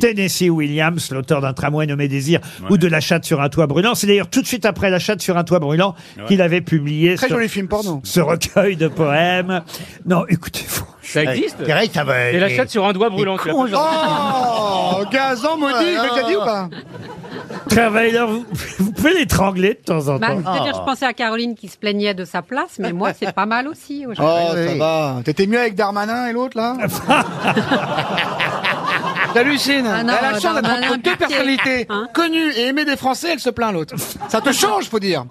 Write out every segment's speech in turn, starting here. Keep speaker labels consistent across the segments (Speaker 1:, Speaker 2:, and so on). Speaker 1: Tennessee Williams, l'auteur d'un tramway nommé Désir ou de La chatte sur un toit brûlant. C'est d'ailleurs tout de suite après La chatte sur un toit brûlant
Speaker 2: Ouais.
Speaker 1: qu'il avait publié
Speaker 2: Très
Speaker 1: ce,
Speaker 2: joli film porno.
Speaker 1: ce recueil de poèmes. Non, écoutez,
Speaker 3: Ça existe
Speaker 1: C'est vrai, ça va-
Speaker 3: Et la chatte sur un doigt brûlant. tu l'as pas
Speaker 2: Oh Gazan maudit, je l'ai déjà dit ou pas
Speaker 1: Travailleur, vous, vous pouvez l'étrangler de temps en
Speaker 4: Bah,
Speaker 1: temps.
Speaker 4: c'est-à-dire, je pensais à Caroline qui se plaignait de sa place, mais moi, c'est pas mal aussi
Speaker 2: Oh,
Speaker 4: aujourd'hui.
Speaker 2: ça va. T'étais mieux avec Darmanin et l'autre, là T'hallucines.
Speaker 4: Ah
Speaker 2: Elle
Speaker 4: non,
Speaker 2: a la chance
Speaker 4: Darmanin,
Speaker 2: d'être entre deux
Speaker 4: pitié.
Speaker 2: personnalités
Speaker 4: Hein
Speaker 2: connues et aimées des Français, elle se plaint l'autre. Ça te change, faut dire.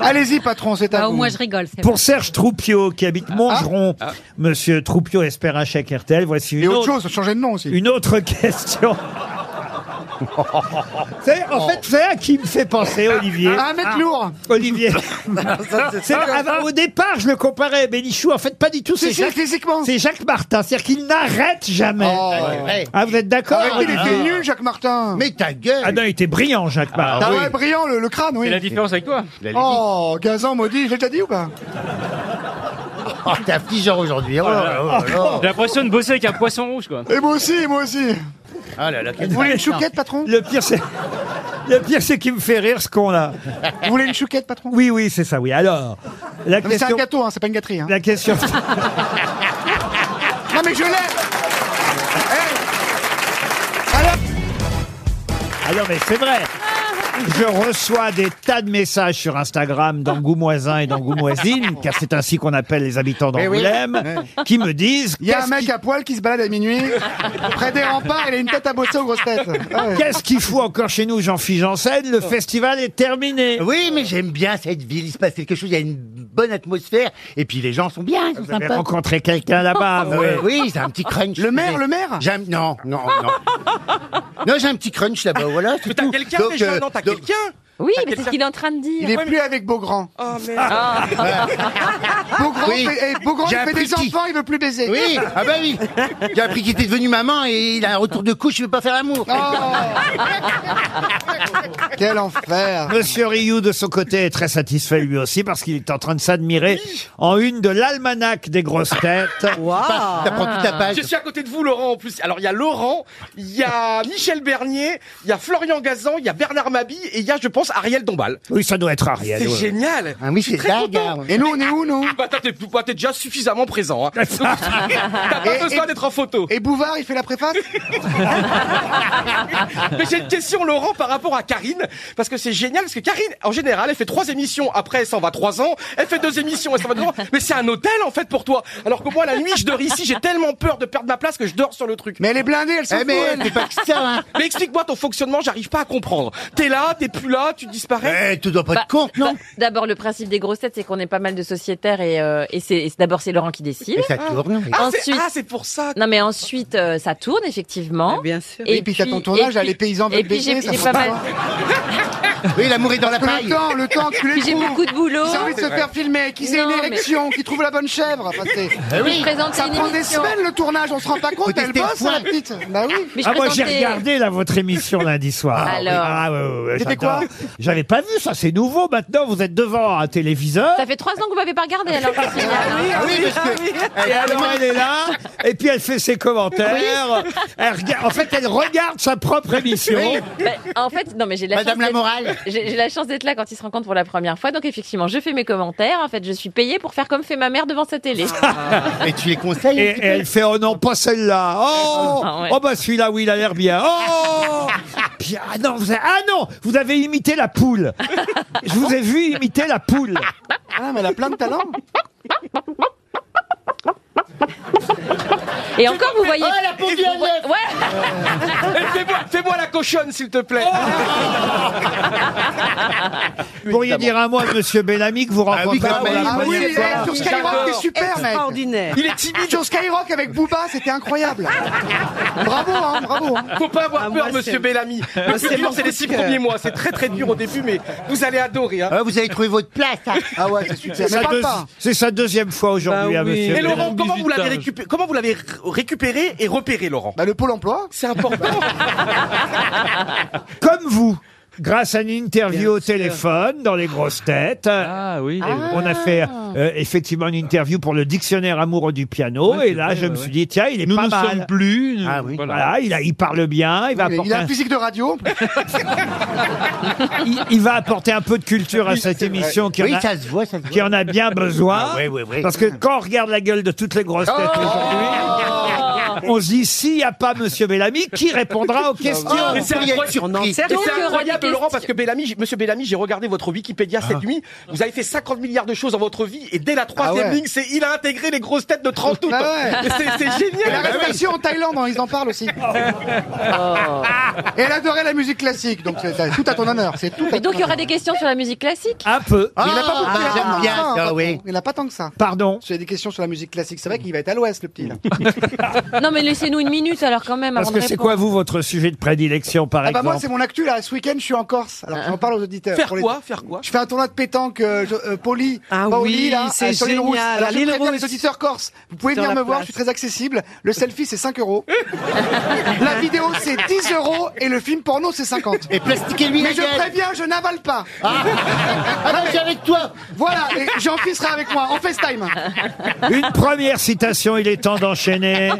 Speaker 2: Allez-y, patron, c'est à
Speaker 4: Bah, au
Speaker 2: vous.
Speaker 4: moins, je rigole. c'est
Speaker 1: Pour Serge Troupiot, qui habite Montgeron, Monsieur Troupiot espère un chèque RTL. Voici
Speaker 2: Et
Speaker 1: une
Speaker 2: autre
Speaker 1: autre,
Speaker 2: chose, changer de nom aussi.
Speaker 1: une autre question. C'est- en fait, c'est à qui me fait penser, Olivier
Speaker 2: Un mec Ah, lourd.
Speaker 1: Olivier. C'est- av- au départ, je le comparais à Bénichou. En fait, pas du tout. C'est
Speaker 2: Si, si,
Speaker 1: Jacques,
Speaker 2: physiquement.
Speaker 1: c'est Jacques Martin. C'est-à-dire qu'il n'arrête jamais.
Speaker 2: Oh, ouais, ouais.
Speaker 1: Ah, vous êtes d'accord
Speaker 2: Ah, il était nul, Jacques Martin. Mais
Speaker 5: ta gueule
Speaker 1: Ah non, il était brillant, Jacques Martin.
Speaker 2: t'as ouais, brillant, le, le crâne,
Speaker 3: C'est la
Speaker 2: oui.
Speaker 3: différence avec toi.
Speaker 2: Oh, Gazan maudit, je l'ai déjà dit ou pas
Speaker 5: Oh, t'es affligeur aujourd'hui. Oh, là là, oh, là là.
Speaker 3: J'ai l'impression de bosser avec un poisson rouge, quoi.
Speaker 2: Et moi aussi, moi aussi.
Speaker 5: Ah là là, quel-
Speaker 2: Vous voulez une chouquette, patron
Speaker 1: Le pire, c'est... Le pire, c'est qu'il me fait rire ce qu'on a.
Speaker 2: Vous voulez une chouquette, patron
Speaker 1: Oui, oui, c'est ça, oui. Alors, la
Speaker 2: Non, mais c'est un
Speaker 1: question...
Speaker 2: gâteau, hein, c'est pas une gâterie. Hein.
Speaker 1: La question...
Speaker 2: Non mais je l'ai Hey Alors,
Speaker 1: Ah non, mais c'est vrai. Je reçois des tas de messages sur Instagram d'angoumoisins et d'angoumoisines, car c'est ainsi qu'on appelle les habitants
Speaker 2: Mais oui.
Speaker 1: d'Angoulême, qui me disent
Speaker 2: Il y a un
Speaker 1: qu'est-ce
Speaker 2: mec
Speaker 1: qui-
Speaker 2: à poil qui se balade à minuit, près des remparts, il a une tête à bosser aux grosses têtes. Ah ouais.
Speaker 1: qu'est-ce qu'il faut encore chez nous, Jean-Philippe Janssen Le festival est terminé.
Speaker 5: Oui, mais j'aime bien cette ville. Il se passe quelque chose. Il y a une bonne atmosphère. Et puis les gens sont bien. Ils sont
Speaker 1: Vous avez
Speaker 5: sympas.
Speaker 1: rencontré quelqu'un là-bas. vous.
Speaker 5: Euh, oui, c'est un petit crunch.
Speaker 2: Le maire,
Speaker 5: Mais
Speaker 2: le maire
Speaker 5: J'aime. Non, non, non. Non, j'ai un petit crunch là-bas. Voilà. c'est tout. Donc, euh, donc-
Speaker 6: Oui, mais c'est ce qu'il est en train de dire.
Speaker 2: Il est plus avec Beaugrand.
Speaker 6: Oh,
Speaker 2: Beaugrand,
Speaker 5: Oui.
Speaker 2: fait, eh, Beaugrand
Speaker 5: J'ai
Speaker 2: il fait
Speaker 5: appris
Speaker 2: des
Speaker 5: qui-
Speaker 2: enfants, il veut plus baiser.
Speaker 5: Oui, ah bah oui. J'ai appris qu'il était devenu maman et il a un retour de couche. Il veut pas faire l'amour.
Speaker 2: Oh. Quel enfer
Speaker 1: Monsieur Rioux, de son côté, est très satisfait lui aussi parce qu'il est en train de s'admirer en une de l'almanach des grosses têtes.
Speaker 5: Passe, T'apprends toute la page.
Speaker 7: Je suis à côté de vous, Laurent, en plus. Alors, il y a Laurent, il y a Michel Bernier, il y a Florian Gazan, il y a Bernard Mabille et il y a, je pense, Ariel Dombal.
Speaker 1: Oui, ça doit être Ariel.
Speaker 7: C'est
Speaker 1: ouais.
Speaker 7: génial
Speaker 5: Ah oui,
Speaker 7: Je suis
Speaker 5: c'est
Speaker 7: très
Speaker 5: dingue.
Speaker 7: content.
Speaker 5: hein.
Speaker 2: Et nous, on est où, nous
Speaker 7: Bah, t'as- t'es bah, t'es déjà suffisamment présent. hein. Donc, T'as pas
Speaker 2: Et-
Speaker 7: besoin
Speaker 2: et-
Speaker 7: d'être en photo.
Speaker 2: Et Bouvard, il fait la préface
Speaker 7: Mais j'ai une question, Laurent, par rapport à Karine, parce que c'est génial, parce que Karine, en général, elle fait trois émissions, après elle s'en va trois ans, elle fait deux émissions, elle s'en va deux ans, mais c'est un hôtel, en fait, pour toi. Alors que moi, la nuit, je dors ici, j'ai tellement peur de perdre ma place que je dors sur le truc.
Speaker 2: Mais elle est blindée, elle s'en
Speaker 5: Eh,
Speaker 2: fout,
Speaker 5: mais
Speaker 2: elle.
Speaker 5: c'est pas que ça. Hein.
Speaker 7: Mais explique-moi ton fonctionnement, j'arrive pas à comprendre. T'es là, t'es plus là, tu disparais.
Speaker 5: Eh, tu dois pas
Speaker 6: Bah,
Speaker 5: être con, non
Speaker 6: bah, D'abord, le principe des grosses têtes, c'est qu'on est pas mal de sociétaires et, euh, et c'est et c'est- d'abord c'est Laurent qui décide.
Speaker 5: Et ça tourne.
Speaker 7: Ah, c'est
Speaker 6: ensuite-
Speaker 7: ah, c'est pour ça.
Speaker 6: Non, mais ensuite euh, ça tourne effectivement.
Speaker 4: Bien sûr.
Speaker 2: Et Ah, puis, t'as ton tournage,
Speaker 6: et
Speaker 2: à
Speaker 6: puis-
Speaker 2: les paysans
Speaker 6: Et
Speaker 2: veulent
Speaker 6: puis
Speaker 2: baiser,
Speaker 6: j'ai
Speaker 2: ça
Speaker 6: j'ai
Speaker 2: faut
Speaker 6: pas
Speaker 2: pas
Speaker 6: mal.
Speaker 2: voir.
Speaker 5: Oui, l'amour est dans la
Speaker 2: Le
Speaker 5: paille.
Speaker 2: temps, le temps, tu les
Speaker 6: puis j'ai
Speaker 2: trouves.
Speaker 6: beaucoup de boulot.
Speaker 2: Qui a envie de se faire filmer, qui aient
Speaker 6: Non,
Speaker 2: une
Speaker 6: mais-
Speaker 2: érection, qui trouve la bonne chèvre. Enfin, c'est-
Speaker 5: Eh
Speaker 6: Puis je
Speaker 5: oui.
Speaker 6: présente
Speaker 2: ça
Speaker 6: une
Speaker 2: prend des
Speaker 6: émission.
Speaker 2: semaines le tournage, on se rend pas
Speaker 5: Faut
Speaker 2: compte, elle
Speaker 5: tester le
Speaker 2: bosse
Speaker 5: foin.
Speaker 2: la petite. Bah oui.
Speaker 6: Mais je
Speaker 1: Ah, moi, j'ai
Speaker 6: présentais-
Speaker 1: regardé, là, votre émission lundi soir.
Speaker 6: Alors.
Speaker 1: Ah, ouais, ouais, ouais,
Speaker 2: C'était
Speaker 1: j'adore.
Speaker 2: quoi
Speaker 1: J'avais pas vu ça, c'est nouveau maintenant. Vous êtes devant un téléviseur.
Speaker 6: Ça fait trois ans que vous m'avez pas regardé alors. c'est génial, hein.
Speaker 5: Ah oui, parce que-
Speaker 1: Et alors, elle est là, et puis elle fait ses commentaires. Elle regarde- en fait, elle regarde sa propre émission.
Speaker 6: Bah, en fait, non, mais j'ai de la
Speaker 5: Madame
Speaker 6: chance
Speaker 5: la
Speaker 6: d'être-
Speaker 5: morale.
Speaker 6: J'ai j'ai la chance d'être là quand ils se rencontrent pour la première fois. Donc effectivement, je fais mes commentaires. En fait, je suis payée pour faire comme fait ma mère devant sa télé.
Speaker 2: Ah.
Speaker 5: Et tu les conseilles
Speaker 1: Et,
Speaker 5: un petit
Speaker 1: et elle fait Oh non, pas celle-là. Oh,
Speaker 6: Ah ouais.
Speaker 1: oh bah celui-là, oui, il a l'air bien. Oh Puis, ah, non, vous avez, ah non, vous avez imité la poule. Je vous ai vu imiter la poule.
Speaker 2: Ah, mais elle a plein de talent.
Speaker 6: Et encore, vous voyez.
Speaker 5: peu. Elle a pondu un œuf.
Speaker 6: Ouais.
Speaker 7: Eh, Fais-moi fais-moi la cochonne, s'il te plaît. Ah,
Speaker 1: Vous pourriez dire un mot à Monsieur Bellamy que vous
Speaker 5: Ah oui,
Speaker 1: rencontrez
Speaker 5: quand même.
Speaker 2: Ah oui, mais
Speaker 5: Première
Speaker 2: eh,
Speaker 5: fois.
Speaker 2: sur Skyrock, t'es super, mec.
Speaker 4: Extraordinaire.
Speaker 7: Il est timide.
Speaker 2: Sur Skyrock avec Booba, c'était incroyable. Bravo, hein, bravo. hein.
Speaker 7: Faut pas avoir
Speaker 4: Ah,
Speaker 7: peur,
Speaker 4: moi,
Speaker 7: monsieur
Speaker 4: c'est-
Speaker 7: Bellamy. Le plus
Speaker 4: c'est
Speaker 7: dur,
Speaker 4: mon
Speaker 7: c'est les
Speaker 4: coup
Speaker 7: six
Speaker 4: de cœur.
Speaker 7: premiers mois. C'est très très dur au début, mais vous allez adorer. hein.
Speaker 5: Ah, vous avez trouvé votre place. hein.
Speaker 2: Ah ouais, c'est super.
Speaker 1: C'est
Speaker 2: Mais
Speaker 1: sa,
Speaker 2: parle
Speaker 1: deux-
Speaker 2: pas.
Speaker 1: c'est sa deuxième fois aujourd'hui
Speaker 3: Bah
Speaker 1: à
Speaker 3: oui.
Speaker 1: Monsieur
Speaker 7: Et
Speaker 3: Elle
Speaker 1: Bellamy.
Speaker 7: Laurent,
Speaker 3: est
Speaker 7: comment vous l'avez
Speaker 3: visitage.
Speaker 7: récupéré Comment vous l'avez ré- récupéré et repéré, Laurent
Speaker 2: Bah, le pôle emploi.
Speaker 7: C'est important.
Speaker 1: Comme vous, grâce à une interview au téléphone dans les grosses têtes.
Speaker 3: Ah oui.
Speaker 1: On a fait euh, effectivement une interview pour le dictionnaire amoureux du piano
Speaker 3: Ouais,
Speaker 1: et
Speaker 3: c'est
Speaker 1: là
Speaker 3: vrai,
Speaker 1: je me
Speaker 3: ouais,
Speaker 1: suis
Speaker 3: ouais.
Speaker 1: dit tiens il est
Speaker 3: Nous
Speaker 1: pas
Speaker 3: ne
Speaker 1: mal.
Speaker 3: sommes plus. nous-
Speaker 5: Ah oui.
Speaker 1: Voilà, il, a- il parle bien, il va apporter
Speaker 2: Il a
Speaker 1: un-
Speaker 2: une physique de radio.
Speaker 1: il, il va apporter un peu de culture à cette émission qui,
Speaker 5: Oui,
Speaker 1: en a,
Speaker 5: ça se voit, ça se
Speaker 1: qui
Speaker 5: voit.
Speaker 1: en a bien besoin.
Speaker 5: Ah oui, oui, oui.
Speaker 1: Parce que quand on regarde la gueule de toutes les grosses têtes
Speaker 2: Oh.
Speaker 1: aujourd'hui, on se dit s'il n'y a pas Monsieur Bellamy, qui répondra aux questions
Speaker 5: Oh,
Speaker 7: Mais c'est
Speaker 5: il y a
Speaker 7: incroyable.
Speaker 5: une surprise.
Speaker 7: Et c'est
Speaker 6: Donc,
Speaker 7: incroyable,
Speaker 6: question-
Speaker 7: Laurent, parce que Bellamy, j'ai- Monsieur Bellamy, j'ai regardé votre Wikipédia cette nuit. Vous avez fait 50 milliards de choses dans votre vie, et dès la troisième
Speaker 2: Ah ouais.
Speaker 7: ligne, c'est il a intégré les grosses têtes de 30 août.
Speaker 2: Ah ouais.
Speaker 7: Et c'est- C'est
Speaker 2: Et la
Speaker 7: génial.
Speaker 2: révélation en Thaïlande, hein, ils en parlent aussi. Et elle adorait la musique classique, donc c'est c'est tout à ton honneur. C'est tout. à
Speaker 6: Mais donc,
Speaker 2: ton
Speaker 6: il y aura
Speaker 2: honneur.
Speaker 6: des questions sur la musique classique
Speaker 1: Un peu.
Speaker 5: Ah,
Speaker 2: Il a pas beaucoup- il a pas tant
Speaker 5: j'aime
Speaker 2: que
Speaker 5: bien
Speaker 2: ça, hein,
Speaker 5: ça,
Speaker 2: patron.
Speaker 5: oui.
Speaker 2: Il n'a pas tant que ça.
Speaker 1: Pardon.
Speaker 2: J'ai des questions sur la musique classique. C'est vrai qu'il va être à l'ouest, le petit. Là.
Speaker 6: Non, mais laissez-nous une minute alors quand même.
Speaker 1: Parce
Speaker 6: avant
Speaker 1: que
Speaker 6: de
Speaker 1: c'est
Speaker 6: répondre.
Speaker 1: quoi, vous, votre sujet de prédilection, par
Speaker 2: Ah bah moi,
Speaker 1: exemple
Speaker 2: c'est mon actu là. Ce week-end, je suis en Corse.
Speaker 8: Ah.
Speaker 2: Alors j'en parle aux auditeurs.
Speaker 7: Faire
Speaker 2: Pour les-
Speaker 7: quoi Faire quoi
Speaker 2: Je fais un tournoi de pétanque euh, je- euh, poli,
Speaker 8: Ah
Speaker 2: Paoli,
Speaker 8: oui,
Speaker 2: là,
Speaker 8: c'est
Speaker 2: euh, sur l'île
Speaker 8: génial.
Speaker 2: rousse. Alors,
Speaker 8: À
Speaker 2: je
Speaker 8: l'île
Speaker 2: préviens
Speaker 8: rousse.
Speaker 2: les auditeurs corses. Vous pouvez
Speaker 8: Sur
Speaker 2: venir
Speaker 8: la
Speaker 2: me voir, je
Speaker 8: place.
Speaker 2: suis très accessible. Le selfie, c'est 5 euros. la vidéo, c'est 10 euros. Et le film porno, c'est 50.
Speaker 5: Et plastiquez-lui la
Speaker 2: Mais je
Speaker 5: gueule.
Speaker 2: préviens, je n'avale pas.
Speaker 5: Ah, non, j'ai avec toi.
Speaker 2: Voilà, et Jean-Pierre sera avec moi en FaceTime.
Speaker 8: Ah
Speaker 1: Une première citation, il est temps d'enchaîner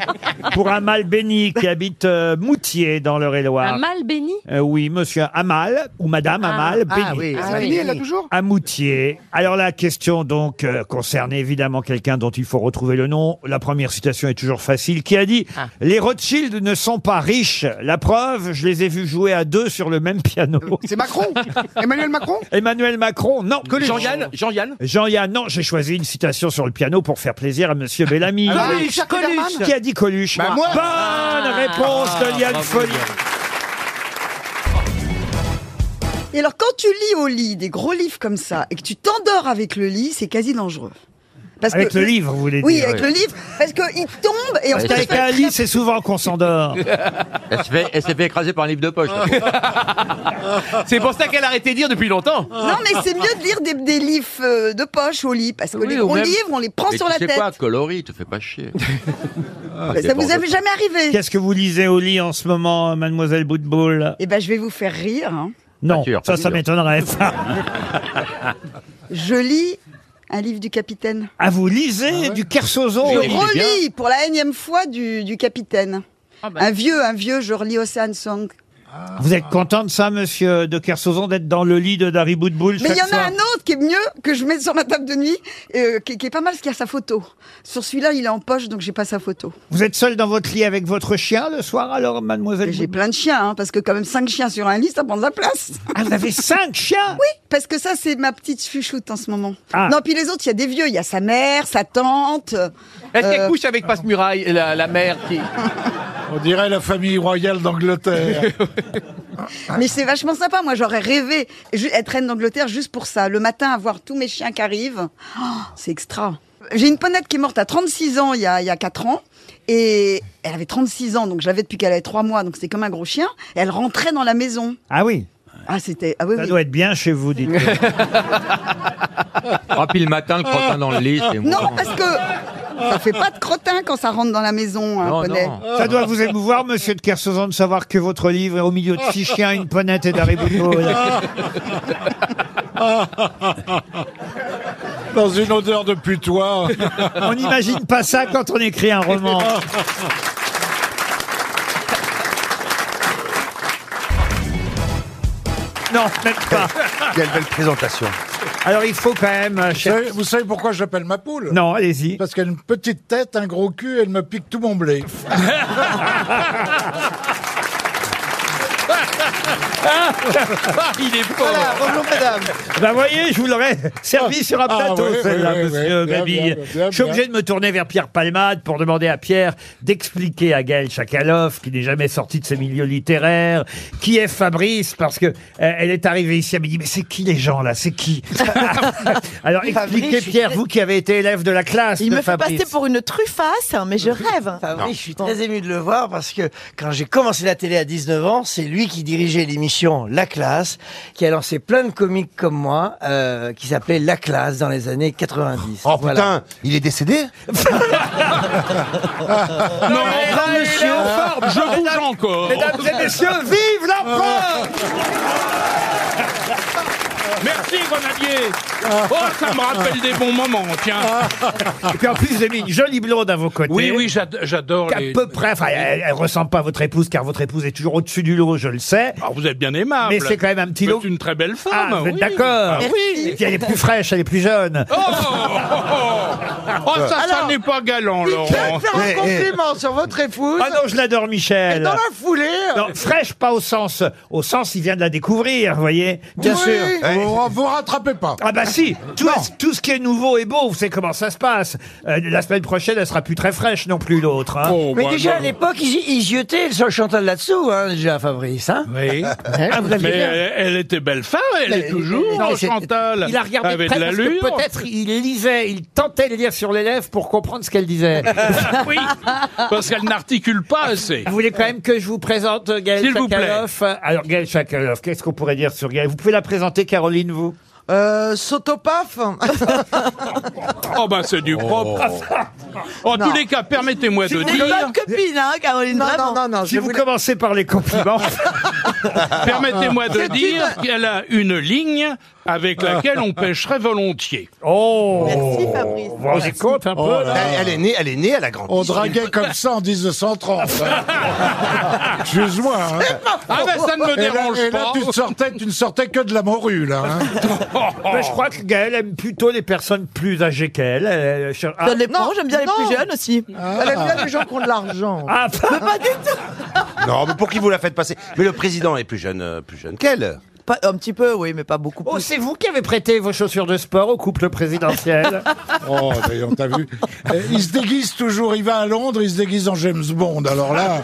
Speaker 1: pour Amal Béni qui habite euh, Moutier dans l'Eure-et-Loire.
Speaker 6: Un mal béni
Speaker 1: Euh, oui, monsieur Amal ou madame Amal Béni.
Speaker 5: Ah oui.
Speaker 6: Ah
Speaker 2: La
Speaker 6: oui.
Speaker 2: Mini, elle l'a toujours
Speaker 1: à Moutier. Alors la question donc euh, concerne évidemment quelqu'un dont il faut retrouver le nom. La première citation est toujours facile, qui a dit
Speaker 5: Ah.
Speaker 1: Les Rothschild ne sont pas riches. La preuve, je les ai vus jouer à deux sur le même piano.
Speaker 2: C'est Macron Emmanuel Macron
Speaker 1: Emmanuel Macron, non.
Speaker 7: Jean-Yann, Jean-Yann.
Speaker 1: Jean-Yann, non. J'ai choisi une citation sur le piano pour faire plaisir à Monsieur Bellamy.
Speaker 2: Ah,
Speaker 1: Coluche.
Speaker 2: Richard
Speaker 8: Coluche.
Speaker 2: Kellerman
Speaker 1: Qui a dit Coluche
Speaker 5: Bah, moi. Ah.
Speaker 1: Bonne réponse de Liane Folie.
Speaker 8: Et alors, quand tu lis au lit des gros livres comme ça et que tu t'endors avec le lit, c'est quasi dangereux. Parce
Speaker 1: Avec le livre, vous voulez
Speaker 8: Oui,
Speaker 1: dire
Speaker 8: avec le livre, parce qu'il tombe et on se
Speaker 1: Avec un lit, c'est souvent qu'on s'endort.
Speaker 9: Elle s'est fait, elle s'est fait écraser par un livre de poche. là.
Speaker 3: C'est pour ça qu'elle a arrêté de dire depuis longtemps.
Speaker 8: Non, mais c'est mieux de lire des, des livres euh, de poche au lit, parce que
Speaker 9: Oui,
Speaker 8: les
Speaker 9: ou
Speaker 8: gros
Speaker 9: même-
Speaker 8: livres, on les prend
Speaker 9: Mais
Speaker 8: sur
Speaker 9: tu
Speaker 8: la
Speaker 9: sais
Speaker 8: tête.
Speaker 9: quoi, coloris, te fais pas chier.
Speaker 8: ça vous est jamais arrivé
Speaker 1: Qu'est-ce que vous lisez au lit en ce moment, mademoiselle Boutboul
Speaker 8: Eh ben, je vais vous faire rire. hein.
Speaker 1: Non,
Speaker 9: Peinture,
Speaker 1: ça, ça
Speaker 9: peinture.
Speaker 1: m'étonnerait. ça.
Speaker 8: Je lis un livre du capitaine.
Speaker 1: Ah, vous lisez du Kersozon
Speaker 8: Je
Speaker 9: Oui, il est bien.
Speaker 8: relis pour la énième fois du, du capitaine. Un vieux, un vieux, je relis Ocean Song.
Speaker 1: Vous êtes content de ça, monsieur de Kersozon, d'être dans le lit de Dari Boudboul
Speaker 8: Mais il y en
Speaker 1: chaque
Speaker 8: a
Speaker 1: soir
Speaker 8: un autre qui est mieux, que je mets sur ma table de nuit, euh, qui, qui est pas mal, parce qu'il y a sa photo. Sur celui-là, il est en poche, donc j'ai pas sa photo.
Speaker 1: Vous êtes seul dans votre lit avec votre chien le soir, alors, mademoiselle
Speaker 8: Et J'ai
Speaker 1: Boutboul
Speaker 8: plein de chiens, hein, parce que quand même cinq chiens sur un lit, ça prend de la place.
Speaker 1: Ah, vous avez cinq chiens Oui
Speaker 8: Parce que ça, c'est ma petite chouchoute en ce moment.
Speaker 1: Ah.
Speaker 8: Non, puis les autres, il y a des vieux. Il y a sa mère, sa tante.
Speaker 9: Est-ce
Speaker 8: qu'elle Euh.
Speaker 9: couche avec Passe-Muraille, la, mère qui.
Speaker 10: On dirait la famille royale d'Angleterre.
Speaker 8: Mais c'est vachement sympa. Moi, j'aurais rêvé ju- être reine d'Angleterre juste pour ça. Le matin, avoir tous mes chiens qui arrivent. Oh, c'est extra. J'ai une ponette qui est morte à 36 ans, il y a, il y a 4 ans. Et elle avait 36 ans, donc je l'avais depuis qu'elle avait 3 mois. Donc c'était comme un gros chien. Et elle rentrait dans la maison.
Speaker 1: Ah oui,
Speaker 8: Ah, c'était. Ah oui,
Speaker 1: ça
Speaker 8: oui.
Speaker 1: doit être bien chez vous, dites moi
Speaker 9: Ah, puis le matin, le crottin dans le lit,
Speaker 11: Ah.
Speaker 9: c'est
Speaker 8: Non,
Speaker 9: moulant.
Speaker 8: parce que ça fait pas de crottin quand ça rentre dans la maison, un
Speaker 9: Non,
Speaker 8: poney.
Speaker 9: non.
Speaker 1: Ça doit vous émouvoir, monsieur de Kersozon, de savoir que votre livre est au milieu de six chiens, une ponette et Dari Boudboul.
Speaker 10: Dans une odeur de putois.
Speaker 1: On n'imagine pas ça quand on écrit un roman. Non, même pas.
Speaker 5: Quelle belle présentation.
Speaker 1: Alors il faut quand même. euh,
Speaker 10: Vous
Speaker 1: cher-
Speaker 10: savez, vous savez pourquoi j'appelle ma poule
Speaker 1: Non, allez-y.
Speaker 10: Parce qu'elle a une petite tête, un gros cul, elle me pique tout mon blé.
Speaker 7: Il est
Speaker 2: Voilà, bonjour madame.
Speaker 1: Bah voyez, je vous l'aurais servi sur un
Speaker 10: Ah,
Speaker 1: plateau,
Speaker 10: oui,
Speaker 1: celle-là,
Speaker 10: oui, oui,
Speaker 1: monsieur
Speaker 10: oui, bien,
Speaker 1: Babille.
Speaker 10: bien, bien,
Speaker 1: Je suis obligé
Speaker 10: bien.
Speaker 1: de me tourner vers Pierre Palmade pour demander à Pierre d'expliquer à Gaël Chakalov, qui n'est jamais sorti de ses milieux littéraires, qui est Fabrice, parce que euh, elle est arrivée ici, elle me dit, mais c'est qui les gens là C'est qui Alors expliquez, Pierre, vous qui avez été élève de la classe
Speaker 12: Il
Speaker 1: de
Speaker 12: me fait
Speaker 1: Fabrice.
Speaker 12: passer pour une truffasse, hein, mais je rêve.
Speaker 9: Fabrice,
Speaker 12: je
Speaker 9: suis
Speaker 12: très ému.
Speaker 8: de le voir parce que quand j'ai commencé la télé à 19 ans, c'est lui qui dirigeait l'émission La Classe, qui a lancé plein de comiques comme moi, euh, qui s'appelait La Classe dans les années 90.
Speaker 5: Oh
Speaker 8: Voilà.
Speaker 5: putain, il est décédé
Speaker 7: Non,
Speaker 12: Ah.
Speaker 7: monsieur. Je vous encore.
Speaker 1: Mesdames et messieurs, vive l'empereur
Speaker 13: Merci Grenadier Oh, ça me rappelle des bons moments, tiens
Speaker 11: Ah,
Speaker 1: Et puis en plus, vous avez mis une jolie blonde à vos côtés.
Speaker 13: Oui, oui, j'ad- j'adore
Speaker 1: Qu'à
Speaker 13: les...
Speaker 1: peu près, enfin, elle, elle ressemble pas à votre épouse, car votre épouse est toujours au-dessus du lot, je le sais.
Speaker 13: Ah, vous êtes bien aimable.
Speaker 1: Mais c'est quand même un petit lot.
Speaker 13: Vous êtes une très belle femme.
Speaker 1: Ah, vous êtes
Speaker 13: oui. Ah
Speaker 1: d'accord.
Speaker 13: oui.
Speaker 1: Et puis elle est plus fraîche, elle est plus jeune.
Speaker 13: Oh, Oh, ça, ça n'est pas galant, Laurent.
Speaker 1: Eh, eh.
Speaker 14: sur votre épouse.
Speaker 1: Ah non, je l'adore, Michel.
Speaker 14: Et dans la foulée.
Speaker 1: Non, fraîche, pas au sens. Au sens, il vient de la découvrir, vous voyez.
Speaker 10: Bien sûr.
Speaker 1: Vous, vous rattrapez pas. Ah bah si. Tout, tout ce qui est nouveau est beau. Vous savez comment ça se passe. Euh, la semaine prochaine, elle sera plus très fraîche non plus, l'autre. hein.
Speaker 13: bah,
Speaker 14: Mais déjà à l'époque, ils, ils jetaient le Chantal là-dessous, hein, déjà Fabrice. Hein
Speaker 13: oui.
Speaker 14: Ah, vous aviez
Speaker 13: mais
Speaker 14: bien.
Speaker 13: elle, elle était belle femme, elle est toujours,
Speaker 1: Non, mais c'est-
Speaker 13: Chantal.
Speaker 1: Il a regardé de
Speaker 13: avec
Speaker 1: près
Speaker 13: de
Speaker 1: parce que
Speaker 13: l'allure.
Speaker 1: peut-être il lisait, il tentait de lire sur les lèvres pour comprendre ce qu'elle disait.
Speaker 13: oui, parce qu'elle n'articule pas assez.
Speaker 1: Vous voulez quand même que je vous présente euh, Gaël
Speaker 13: S'il vous plaît.
Speaker 1: Chakaloff Alors Gaël Chakaloff, qu'est-ce qu'on pourrait dire sur Gaël Vous pouvez la présenter, Caroline, vous
Speaker 14: Euh, Sotopaf
Speaker 13: Oh bah c'est du propre.
Speaker 1: Oh.
Speaker 13: En
Speaker 14: Non.
Speaker 13: tous les cas, permettez-moi de
Speaker 14: C'est
Speaker 13: dire.
Speaker 14: une bonne copine, hein, Caroline Non, non, non, non.
Speaker 1: Si vous commencez par les compliments.
Speaker 13: Permettez-moi de
Speaker 14: C'est
Speaker 13: dire
Speaker 14: une-
Speaker 13: qu'elle a une ligne avec laquelle on pêcherait volontiers.
Speaker 1: Oh
Speaker 13: Merci
Speaker 1: Fabrice. Vous vous rendez compte un peu là
Speaker 10: est née, elle est née, elle a grandi. On draguait comme ça en 1930. Excuse-moi. hein.
Speaker 13: Ah ben ça ne me
Speaker 10: Et là-
Speaker 13: dérange
Speaker 10: et
Speaker 13: pas.
Speaker 10: là, tu ne sortais, tu ne sortais que de la morue, là. hein.
Speaker 1: Mais je crois que Gaël aime plutôt les personnes plus âgées qu'elle. Elle, elle cher- Ah.
Speaker 12: Ça dépend, j'aime bien les plus
Speaker 14: non. Ah.
Speaker 12: jeunes aussi.
Speaker 8: Ah,
Speaker 14: Elle aime bien les gens qui ont de l'argent.
Speaker 1: Ah,
Speaker 12: pas du tout.
Speaker 15: Non, mais pour qui vous la faites passer Mais le président est plus jeune, euh, plus jeune qu'elle.
Speaker 12: Pas- un petit peu, oui, mais pas beaucoup plus.
Speaker 1: Oh, c'est vous qui avez prêté vos chaussures de sport au couple présidentiel.
Speaker 10: Oh, d'ailleurs, t'as vu Eh, Il se déguise toujours, il va à Londres, il se déguise en James Bond. Alors là,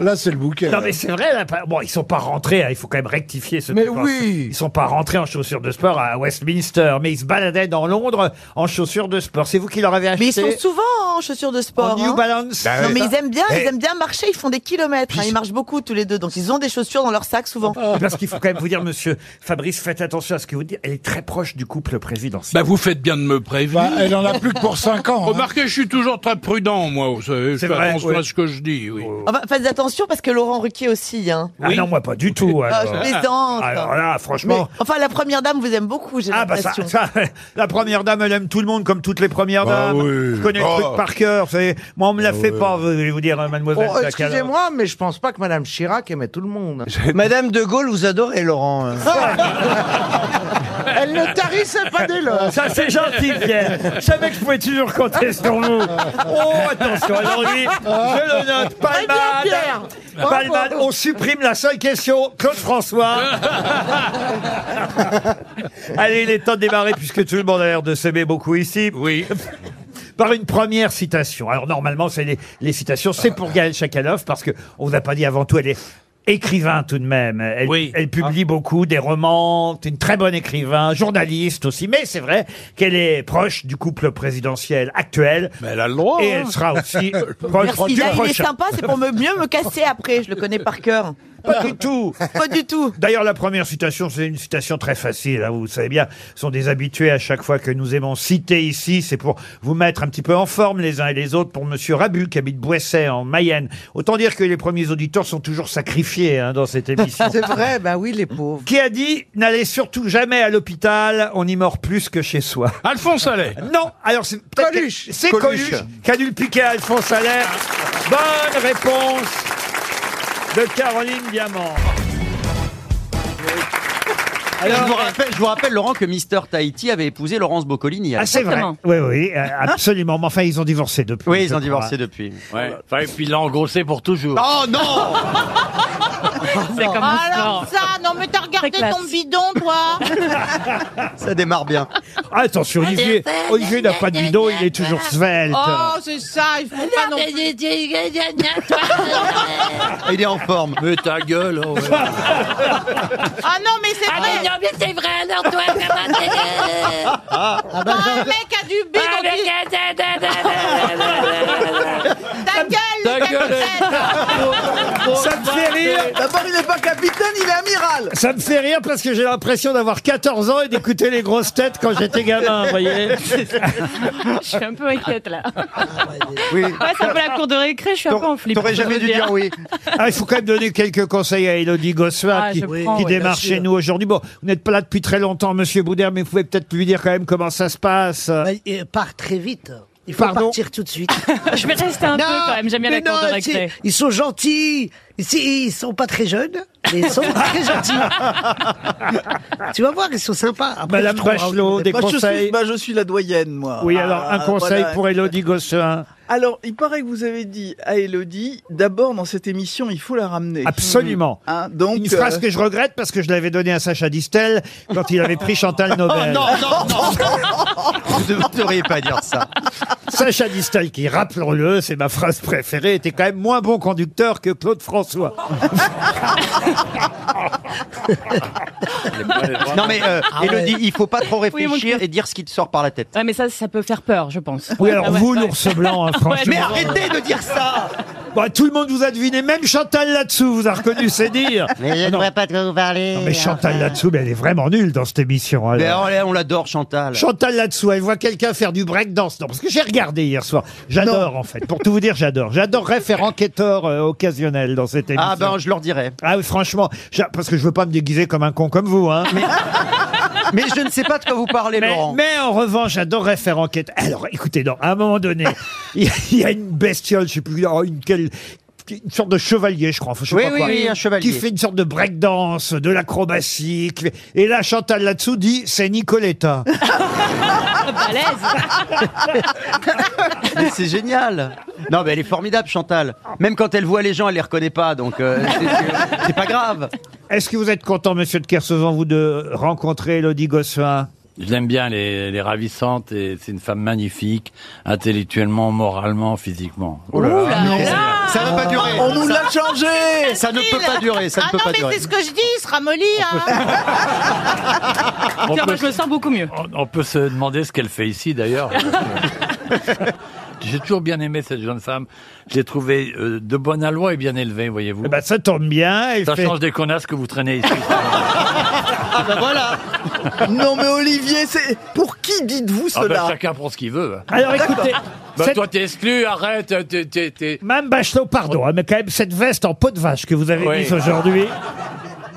Speaker 10: là c'est le bouquet.
Speaker 1: Non mais c'est vrai, là, pas- bon ils sont pas rentrés, hein, il faut quand même rectifier ce
Speaker 10: Mais
Speaker 1: truc.
Speaker 10: oui.
Speaker 1: Ils sont pas rentrés en chaussures de sport à Westminster, mais ils se baladaient dans Londres en chaussures de sport. C'est vous qui leur avez acheté
Speaker 12: Mais ils sont souvent en chaussures de sport.
Speaker 1: En New
Speaker 12: hein.
Speaker 1: Balance. Bah
Speaker 12: non,
Speaker 1: ouais.
Speaker 12: mais ils aiment bien,
Speaker 1: Eh.
Speaker 12: ils aiment bien marcher. Ils font des kilomètres. hein, Ils marchent beaucoup tous les deux, donc ils ont des chaussures dans leur sac souvent.
Speaker 1: Parce qu'il faut quand même vous dire, monsieur Fabrice, faites attention à ce que vous dites. Elle est très proche du couple présidentiel.
Speaker 13: Bah vous faites bien de me prévenir.
Speaker 1: Bah, elle en a plus que pour cinq ans, hein.
Speaker 13: Remarquez, je suis toujours très prudent, moi. vous savez, Je fais
Speaker 1: vrai,
Speaker 13: attention
Speaker 1: oui.
Speaker 13: à ce que je dis. Oui.
Speaker 1: Oh.
Speaker 12: Enfin, faites attention parce que Laurent Ruquier aussi. Hein.
Speaker 1: Ah non, moi pas du tout.
Speaker 12: Ah,
Speaker 1: alors.
Speaker 12: je plaisante.
Speaker 1: Alors là, franchement.
Speaker 12: Mais- enfin, la première dame vous aime beaucoup, j'ai
Speaker 1: Ah bah ça,
Speaker 12: l'impression.
Speaker 1: ça, la première dame, elle aime tout le monde comme toutes les premières
Speaker 10: Bah
Speaker 1: dames.
Speaker 10: oui.
Speaker 1: Je connais
Speaker 10: Oh. Ah
Speaker 1: le truc par cœur. vous savez. Moi, on me la fait pas, je vais vous dire, euh, mademoiselle.
Speaker 14: Oh,
Speaker 1: Sakharov.
Speaker 14: excusez-moi, mais je pense pas que Madame Chirac aimait tout le monde. Madame de Gaulle, vous adorez
Speaker 12: Ah.
Speaker 14: Laurent. Elle ne tarissait pas dès lors.
Speaker 1: Ça, c'est gentil, Pierre. Je savais que je pouvais toujours compter sur vous. Oh, attention, aujourd'hui, je le note.
Speaker 14: Très bien,
Speaker 1: Palman.
Speaker 14: Pierre.
Speaker 1: Palman, on supprime la seule question. Claude François. Allez, il est temps de démarrer puisque tout le monde a l'air de s'aimer beaucoup ici.
Speaker 13: Oui.
Speaker 1: Par une première citation. Alors, normalement, c'est les, les citations, c'est pour Gaël Chakaloff parce que on vous a pas dit avant tout, elle est écrivain tout de même. Elle, elle publie beaucoup des romans, c'est une très bonne écrivain, journaliste aussi, mais c'est vrai qu'elle est proche du couple présidentiel actuel.
Speaker 13: Mais elle a le droit.
Speaker 1: Et
Speaker 12: hein.
Speaker 1: elle sera aussi proche
Speaker 12: Merci,
Speaker 1: du
Speaker 12: là, il est
Speaker 1: prochain.
Speaker 12: sympa, c'est pour me, mieux me casser après, je le connais par cœur.
Speaker 1: Pas du tout.
Speaker 12: Pas du tout.
Speaker 1: D'ailleurs, la première citation, c'est une citation très facile. hein, vous savez bien, ce sont des habitués à chaque fois que nous aimons citer ici. C'est pour vous mettre un petit peu en forme les uns et les autres pour Monsieur Rabu qui habite Boisset en Mayenne. Autant dire que les premiers auditeurs sont toujours sacrifiés hein, dans cette émission.
Speaker 14: C'est vrai, bah oui, les pauvres.
Speaker 1: Qui a dit n'allez surtout jamais à l'hôpital, on y mord plus que chez soi.
Speaker 13: Alphonse Allais.
Speaker 1: Non, alors c'est peut-être- C'est Coluche,
Speaker 13: Coluche.
Speaker 1: qui a dû le piquer à Alphonse Allais. Bonne réponse de Caroline Diamant.
Speaker 16: je, vous rappelle, je vous rappelle, Laurent, que Mister Tahiti avait épousé Laurence Boccolini.
Speaker 1: Ah, c'est vrai. Oui, oui, euh, absolument. Mais enfin, ils ont divorcé depuis.
Speaker 16: Oui,
Speaker 1: je
Speaker 16: ils ont
Speaker 1: crois.
Speaker 16: divorcé depuis.
Speaker 9: Enfin, et puis il l'a engrossé pour toujours.
Speaker 16: Oh non
Speaker 17: C'est comme
Speaker 11: Alors ça, Ah, non mais t'as regardé ton bidon, toi
Speaker 16: Ça démarre bien.
Speaker 1: Ah, Attention, Olivier. Olivier n'a pas de bidon, il est toujours svelte.
Speaker 11: Oh, c'est ça, il faut pas non plus...
Speaker 16: Il est en forme.
Speaker 9: Mais ta gueule. oh, ouais.
Speaker 11: Ah non, mais c'est vrai Ah non, mais c'est vrai, alors toi, comment t'es...
Speaker 9: Ah,
Speaker 11: Quand un mec a du bidon, Ta gueule, ta gueule
Speaker 1: Ça me fait rire.
Speaker 12: D'abord, il n'est pas capitaine, il est amiral.
Speaker 1: Ça me fait rire parce que j'ai l'impression d'avoir 14 ans et d'écouter les grosses têtes quand j'étais gamin, vous voyez.
Speaker 11: Je suis un peu inquiète là.
Speaker 1: Oui.
Speaker 11: Ouais, c'est un peu la cour de récré, je suis un peu en flip.
Speaker 1: T'aurais
Speaker 11: pour
Speaker 1: jamais
Speaker 11: te
Speaker 1: dû dire oui. Ah, il faut quand même donner quelques conseils à Elodie Gossuin
Speaker 11: Ah,
Speaker 1: qui,
Speaker 11: je prends,
Speaker 1: qui
Speaker 11: ouais, bien
Speaker 1: démarre
Speaker 11: sûr.
Speaker 1: chez nous aujourd'hui. Bon, vous n'êtes pas là depuis très longtemps, monsieur Boudère, mais vous pouvez peut-être lui dire quand même comment ça se passe.
Speaker 18: Il part très vite. Il faut
Speaker 1: Pardon
Speaker 18: partir tout de suite.
Speaker 11: Je vais rester un peu quand même, j'aime bien la
Speaker 18: mais
Speaker 11: cour de
Speaker 18: non,
Speaker 11: récré.
Speaker 18: c'est- Ils sont gentils. Si, Ils sont pas très jeunes, mais ils sont très gentils. tu vas voir, ils sont sympas. Après,
Speaker 1: Madame
Speaker 18: je trouverai-
Speaker 12: hein,
Speaker 1: Bachelot, des
Speaker 18: Bah, je suis-
Speaker 1: conseils
Speaker 18: bah,
Speaker 14: je suis la doyenne, moi. Ah,
Speaker 1: Oui, alors
Speaker 12: Ah,
Speaker 1: un conseil pour Elodie Gossuin.
Speaker 14: Alors, il paraît que vous avez dit à Elodie, d'abord dans cette émission, il faut la ramener.
Speaker 1: Ah, Absolument.
Speaker 12: Mmh.
Speaker 14: Hein, donc,
Speaker 1: Une phrase
Speaker 2: euh,
Speaker 1: que je regrette parce que je l'avais donnée à Sacha Distel quand il avait pris Chantal
Speaker 11: Oh,
Speaker 1: Nobel.
Speaker 16: non, non, Vous ne devriez pas dire ça.
Speaker 1: Sacha Distel, qui, rappelons-le, c'est ma phrase préférée, était quand même moins bon conducteur que Claude François.
Speaker 16: Non mais euh,
Speaker 1: Ah ouais.
Speaker 16: Elodie, il faut pas trop
Speaker 11: Oui, mon
Speaker 16: réfléchir
Speaker 11: cul.
Speaker 16: et dire ce qui te sort par la tête.
Speaker 11: Ouais, mais ça, ça peut faire peur, je pense.
Speaker 1: Oui, alors
Speaker 11: Ah ouais.
Speaker 1: vous, l'ours blanc, hein, franchement.
Speaker 11: mais arrêtez
Speaker 16: de dire ça
Speaker 1: Bon, tout le monde vous a deviné, même Chantal là-dessous vous a reconnu, c'est dire.
Speaker 5: Ah,
Speaker 1: Ah
Speaker 18: Mais je ne vois pas de quoi vous parlez.
Speaker 1: Non, mais Chantal là-dessous, mais elle est vraiment nulle dans cette émission.
Speaker 16: Mais
Speaker 1: alors.
Speaker 16: allez, on l'adore Chantal.
Speaker 1: Chantal là-dessous, elle voit quelqu'un faire du breakdance. Non, parce que j'ai regardé hier soir. J'adore, en fait. Pour tout vous dire, j'adore. J'adorerais faire enquêteur euh, occasionnel dans cette émission.
Speaker 16: Ah ben je leur dirais.
Speaker 1: Ah oui, franchement, j'a- parce que je veux pas me déguiser comme un con comme vous, hein. Mais,
Speaker 16: je ne sais pas de quoi vous parlez,
Speaker 1: mais,
Speaker 16: Laurent.
Speaker 1: Mais en revanche, j'adorerais faire enquête. Alors, écoutez, non, à un moment donné, il y, a- il y a une bestiole, je sais plus, oh, une quelle une sorte de chevalier, je crois. enfin, je sais
Speaker 16: Oui,
Speaker 1: pas
Speaker 16: oui,
Speaker 1: quoi,
Speaker 16: oui, un chevalier.
Speaker 1: Qui fait une sorte de breakdance, de l'acrobatie. qui fait- Et là, Chantal là-dessous dit, c'est Nicoletta.
Speaker 16: Mais c'est génial. Non mais elle est formidable Chantal. Même quand elle voit les gens, elle les reconnaît pas, donc euh, c'est- c'est pas grave.
Speaker 1: Est-ce que vous êtes content, monsieur de Kersauzon, vous, de rencontrer Elodie Gossuin
Speaker 19: Je l'aime bien, elle est, elle est ravissante et c'est une femme magnifique, intellectuellement, moralement, physiquement. Oh là là.
Speaker 16: Ça
Speaker 1: Ah.
Speaker 16: va pas durer.
Speaker 14: On nous l'a changé
Speaker 16: Ça ne peut pas durer, ça ne
Speaker 11: Ah
Speaker 19: peut
Speaker 11: non,
Speaker 19: pas
Speaker 11: mais
Speaker 19: durer.
Speaker 11: c'est ce que je dis, il se ramollit. Hein.
Speaker 19: On
Speaker 11: Tiens,
Speaker 19: peut-
Speaker 11: moi, je me sens beaucoup mieux.
Speaker 19: On, on peut se demander ce qu'elle fait ici d'ailleurs. J'ai toujours bien aimé cette jeune femme. Je l'ai trouvée euh, de bonne aloi et bien élevée, voyez-vous.
Speaker 1: ben, ça tombe bien. elle
Speaker 19: Ça
Speaker 1: fait-
Speaker 19: change des connasses que vous traînez ici.
Speaker 14: Ah bah voilà Non mais Olivier, c'est pour qui dites-vous
Speaker 19: Ah ben,
Speaker 14: cela
Speaker 19: chacun prend ce qu'il veut.
Speaker 1: Alors, écoutez,
Speaker 19: Bah,
Speaker 1: cette-
Speaker 19: Toi, t'es exclu, arrête.
Speaker 1: euh,
Speaker 19: t'es- t'es- t'es-
Speaker 1: Madame Bachelot, pardon, hein, mais quand même, cette veste en peau de vache que vous avez
Speaker 19: Oui.
Speaker 1: mise aujourd'hui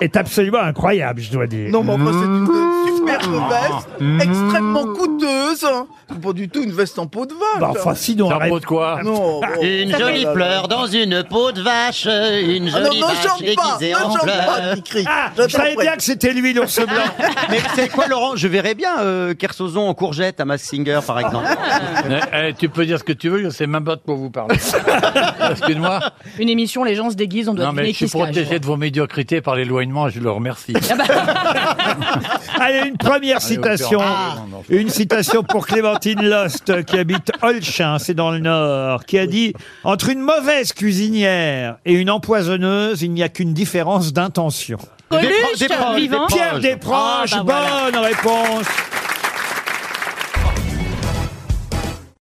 Speaker 1: est absolument incroyable, je dois dire.
Speaker 14: Non mais enfin, c'est une superbe veste, extrêmement coûteuse. hein. C'est Pas du tout une veste en peau de vache. hein.
Speaker 1: Bah, enfin, sinon, arrête. Ah,
Speaker 14: Non, bon.
Speaker 5: Une jolie fleur dans une peau de vache, une
Speaker 14: Ah non,
Speaker 5: jolie
Speaker 14: non,
Speaker 5: vache
Speaker 14: chante pas,
Speaker 5: déguisée
Speaker 14: non,
Speaker 5: en
Speaker 14: chante
Speaker 5: fleur.
Speaker 14: pas, Cricri.
Speaker 1: Ah,
Speaker 14: Je t'en
Speaker 1: je savais
Speaker 14: prie.
Speaker 1: bien que c'était lui, l'ours blanc.
Speaker 16: Mais vous savez quoi, Laurent Je verrais bien euh, Kersozon en courgette à Mass Singer, par exemple.
Speaker 19: Eh, eh, tu peux dire ce que tu veux, je sais même pas de quoi vous parlez. Excuse-moi.
Speaker 11: Une émission, les gens se déguisent, on doit
Speaker 19: Non, mais
Speaker 11: deviner
Speaker 19: je suis
Speaker 11: qui se cache.
Speaker 19: protégé de vos médiocrités par l'éloignement, je le remercie.
Speaker 1: Allez, une première
Speaker 19: Allez, on
Speaker 1: citation.
Speaker 19: fait un- Non, non, non.
Speaker 1: Une citation pour Clémentine Lost, euh, qui habite Holchin, c'est dans le Nord, qui a dit « Entre une mauvaise cuisinière et une empoisonneuse, il n'y a qu'une différence d'intention. »
Speaker 11: Coluche, vivant
Speaker 1: Pierre
Speaker 11: Ah, bah
Speaker 1: Desproges,
Speaker 11: voilà.
Speaker 1: bonne réponse